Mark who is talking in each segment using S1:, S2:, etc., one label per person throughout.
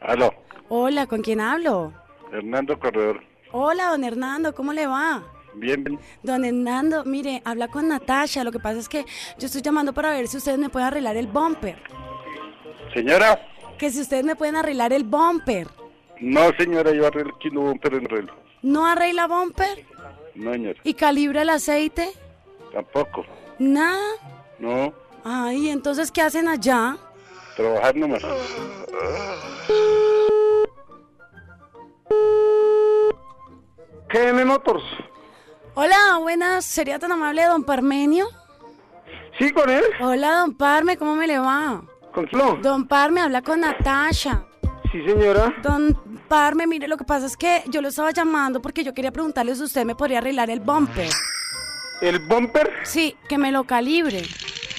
S1: Aló,
S2: Hola, ¿con quién hablo?
S1: Hernando Corredor.
S2: Hola, don Hernando, ¿cómo le va?
S1: Bien, bien.
S2: Don Hernando, mire, habla con Natasha. Lo que pasa es que yo estoy llamando para ver si ustedes me pueden arreglar el bumper.
S1: Señora,
S2: Que si ustedes me pueden arreglar el bumper.
S1: no señora, yo arreglo aquí no hubo un perro en reloj.
S2: ¿No arregla bumper?
S1: No señora,
S2: ¿Y calibra el aceite?
S1: tampoco.
S2: Nada.
S1: No,
S2: Ay, entonces, ¿qué hacen allá?
S1: trabajar nomás.
S3: GM Motors.
S2: Hola, buenas. ¿Sería tan amable don Parmenio?
S3: ¿Sí con él?
S2: Hola, don Parme, ¿cómo me le va?
S3: ¿Con quién? No.
S2: Don Parme, habla con Natasha.
S3: Sí, señora.
S2: Don Parme, mire, lo que pasa es que yo lo estaba llamando porque yo quería preguntarle si usted me podría arreglar el bumper.
S3: ¿El bumper?
S2: Sí, que me lo calibre.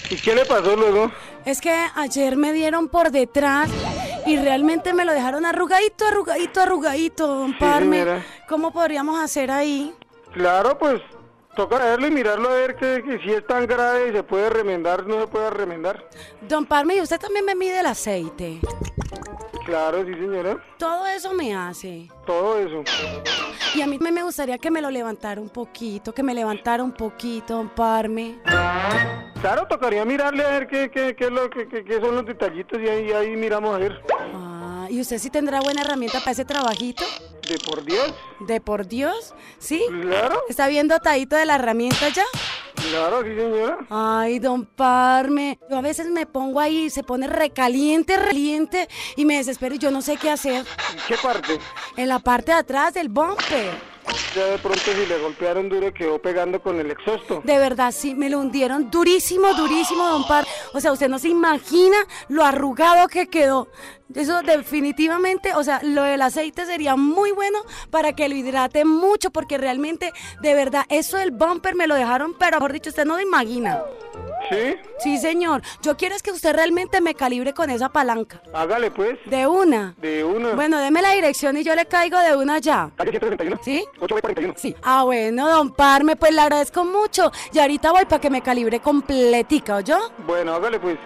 S3: ¿Y qué le pasó luego?
S2: Es que ayer me dieron por detrás y realmente me lo dejaron arrugadito, arrugadito, arrugadito, don Parme.
S3: señora.
S2: ¿Cómo podríamos hacer ahí?
S3: Claro, pues toca verlo y mirarlo a ver que, que si es tan grave y se puede remendar, no se puede remendar.
S2: Don Parme, y usted también me mide el aceite.
S3: Claro, sí, señora.
S2: Todo eso me hace.
S3: Todo eso.
S2: Y a mí me me gustaría que me lo levantara un poquito, que me levantara un poquito, don Parme.
S3: Claro, tocaría mirarle a ver qué, qué, qué es lo, qué, qué- qué son los detallitos y ahí, ahí miramos a ver.
S2: Ah, ¿y usted sí tendrá buena herramienta para ese trabajito?
S3: De por Dios. Pues
S2: ¿De por Dios? ¿Sí?
S3: Claro,
S2: ¿Está bien dotadito de la herramienta ya?
S3: claro, sí, señora.
S2: Ay, don Parme, yo a veces me pongo ahí, se pone recaliente, recaliente y me desespero y yo no sé qué hacer.
S3: ¿Y qué parte?
S2: En la parte de atrás del bumper.
S3: Ya de pronto si le golpearon duro quedó pegando con el exhausto.
S2: De verdad, sí, me lo hundieron durísimo, durísimo, don Parme. O sea, usted no se imagina lo arrugado que quedó. Eso definitivamente, o sea, lo del aceite sería muy bueno para que lo hidrate mucho, porque realmente, de verdad, eso del bumper me lo dejaron, pero mejor dicho, usted no lo imagina.
S3: ¿Sí?
S2: Sí, señor. Yo quiero es que usted realmente me calibre con esa palanca.
S3: Hágale pues.
S2: De una.
S3: De una.
S2: Bueno, deme la dirección y yo le caigo de una ya.
S3: Calle 161.
S2: ¿Sí?
S3: 8B41.
S2: Sí. Ah, bueno, don Parme, pues le agradezco mucho. Y ahorita voy para que me calibre completica, ¿oyó?
S3: Bueno, hágale pues.